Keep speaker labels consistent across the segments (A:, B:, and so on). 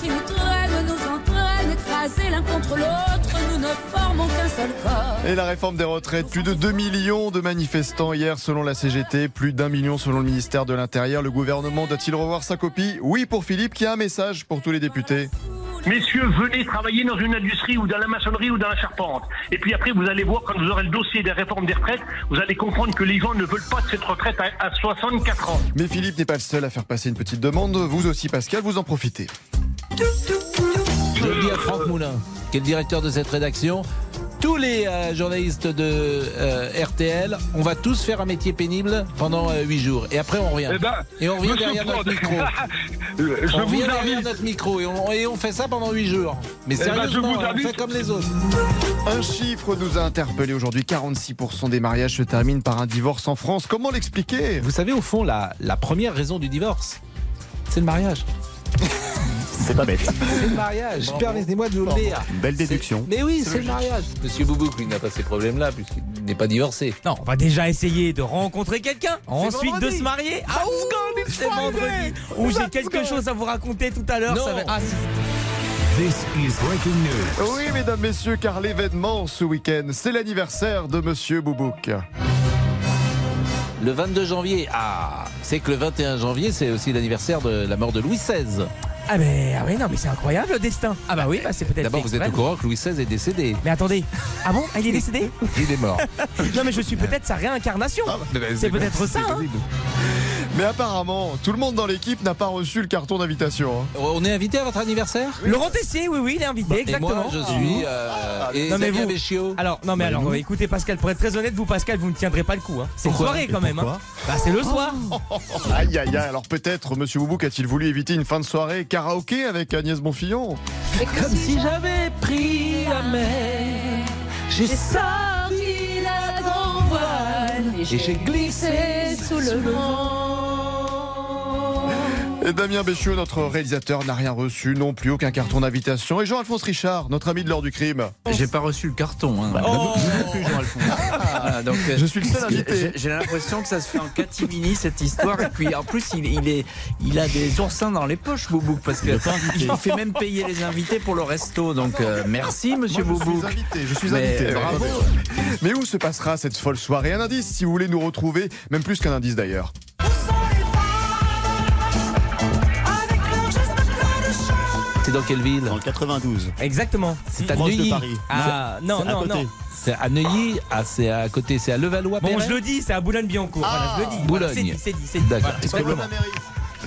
A: qui nous traîne, nous entraîne, écrasés l'un contre l'autre, nous ne formons qu'un seul corps.
B: Et la réforme des retraites, plus de 2 millions de manifestants hier selon la CGT, plus d'un million selon le ministère de l'Intérieur. Le gouvernement doit-il revoir sa copie Oui pour Philippe qui a un message pour tous les députés.
C: Messieurs, venez travailler dans une industrie ou dans la maçonnerie ou dans la charpente. Et puis après, vous allez voir, quand vous aurez le dossier des réformes des retraites, vous allez comprendre que les gens ne veulent pas de cette retraite à, à 64 ans.
B: Mais Philippe n'est pas le seul à faire passer une petite demande. Vous aussi, Pascal, vous en profitez.
D: Je le dis à Franck Moulin, qui est le directeur de cette rédaction. Tous les euh, journalistes de euh, RTL, on va tous faire un métier pénible pendant 8 jours. Et après, on revient.
E: Eh ben,
D: et on revient
E: monsieur
D: derrière
E: Prod,
D: notre micro.
E: Je
D: on
E: vous
D: revient derrière
E: invite.
D: notre micro. Et on, et on fait ça pendant 8 jours. Mais
E: ben, je
D: sérieusement,
E: vous
D: on
E: invite-
D: fait comme les autres.
B: Un chiffre nous a interpellés aujourd'hui. 46% des mariages se terminent par un divorce en France. Comment l'expliquer
D: Vous savez, au fond, la, la première raison du divorce, c'est le mariage.
F: C'est pas bête.
D: C'est le mariage. Permettez-moi de vous le dire.
F: Belle déduction.
D: Mais oui, c'est le mariage. Monsieur Boubouk, il n'a pas ces problèmes-là, puisqu'il n'est pas divorcé.
G: Non, on va déjà essayer de rencontrer quelqu'un, ensuite
D: vendredi.
G: de se marier. Ah, ouh, c'est vendredi. Où j'ai quelque chose à vous raconter tout à l'heure.
D: Non.
G: ça va- Ah, si.
H: This is breaking news.
B: Oui, mesdames, messieurs, car l'événement ce week-end, c'est l'anniversaire de Monsieur Boubouk.
D: Le 22 janvier, ah, c'est que le 21 janvier, c'est aussi l'anniversaire de la mort de Louis XVI.
G: Ah, mais, ah oui, non, mais c'est incroyable le destin. Ah, bah oui, bah, c'est peut-être.
D: D'abord, vous êtes au
G: extrême.
D: courant que Louis XVI est décédé.
G: Mais attendez, ah bon, il est décédé
D: Il est mort.
G: Non, mais je suis peut-être sa réincarnation.
D: Ah,
G: C'est peut-être ça. hein.
B: Mais apparemment, tout le monde dans l'équipe n'a pas reçu le carton d'invitation. hein.
D: On est invité à votre anniversaire
G: Laurent Tessier, oui, oui, il est invité, exactement.
D: Bah, Et moi, je Bah, suis.
F: Ah,
D: Euh, et
G: Non, mais
D: Xavier
G: vous-
D: Béchiot.
G: Alors, non, mais alors, euh, écoutez, Pascal, pour être très honnête, vous, Pascal, vous ne tiendrez pas le coup. hein. C'est une
D: Pourquoi Oh.
G: soirée quand même. hein. Bah, c'est le soir.
B: Aïe, aïe, aïe. Alors peut-être Monsieur Boubouk a-t-il voulu éviter une fin de soirée karaoké avec Agnès Bonfillon
D: Comme si j'avais pris la mer, j'ai
A: Sorti la grand voile et j'ai glissé sous le vent.
B: Et Eh Damien Béchiot, notre réalisateur, n'a rien reçu, non plus aucun carton d'invitation. Et Jean-Alphonse Richard, notre ami de l'heure du crime.
F: J'ai pas reçu le carton. Hein. plus, Jean-Alphonse.
D: Ah,
F: Voilà, donc, euh,
B: Je suis le seul
F: parce que
B: invité.
F: J'ai j'ai l'impression que ça se fait en catimini cette histoire. Et puis en plus, il, il est, il a des oursins dans les poches, Boubouk, parce que il fait même payer les invités pour le resto. Donc euh, merci, Monsieur
B: Moi,
F: Boubouk.
B: Je suis invité, je suis
F: Mais,
B: invité.
F: euh,
B: bravo. Mais où se passera cette folle soirée Un indice, si vous voulez nous retrouver, même plus qu'un indice d'ailleurs.
D: C'est dans quelle ville
F: Dans le 92,
G: Exactement.
D: C'est à
F: proche
D: Neuilly.
F: de Paris.
G: Ah, non,
F: C'est à
G: non,
F: côté.
G: non.
D: C'est à Neuilly, ah, c'est à côté, c'est à Levallois.
G: Bon, je le dis, c'est à Boulogne-Biancourt. voilà, je le dis. Voilà,
D: Boulogne.
G: c'est dit, c'est dit, c'est dit.
D: D'accord.
G: Voilà,
D: Est-ce que
G: exactement.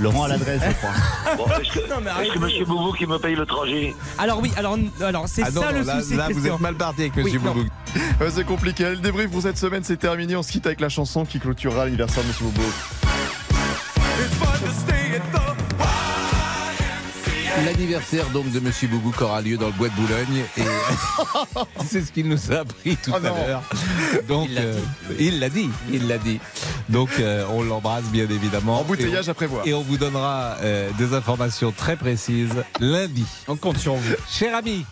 F: Laurent à l'adresse, je crois.
G: Non, mais arrêtez.
C: Monsieur Boubou qui me paye le trajet.
G: Alors oui, alors, alors
F: Ah
G: c'est ça le souci. Christian.
D: mal parti avec
G: Monsieur non. Boubouk.
B: Euh, c'est compliqué. Le débrief pour cette semaine, c'est terminé. On se quitte avec la chanson qui clôturera l'anniversaire de Monsieur Boubouk.
D: L'anniversaire donc de Monsieur Boubouk aura lieu dans le bois de Boulogne et c'est ce qu'il nous a appris tout
B: Ah
D: à
B: non.
D: l'heure. Donc
F: Oh Il l'a dit.
D: euh, il l'a dit, il l'a dit. Donc euh, on l'embrasse bien évidemment.
B: Embouteillage à prévoir.
D: Et on vous donnera euh, des informations très précises lundi. On compte sur vous. Cher ami,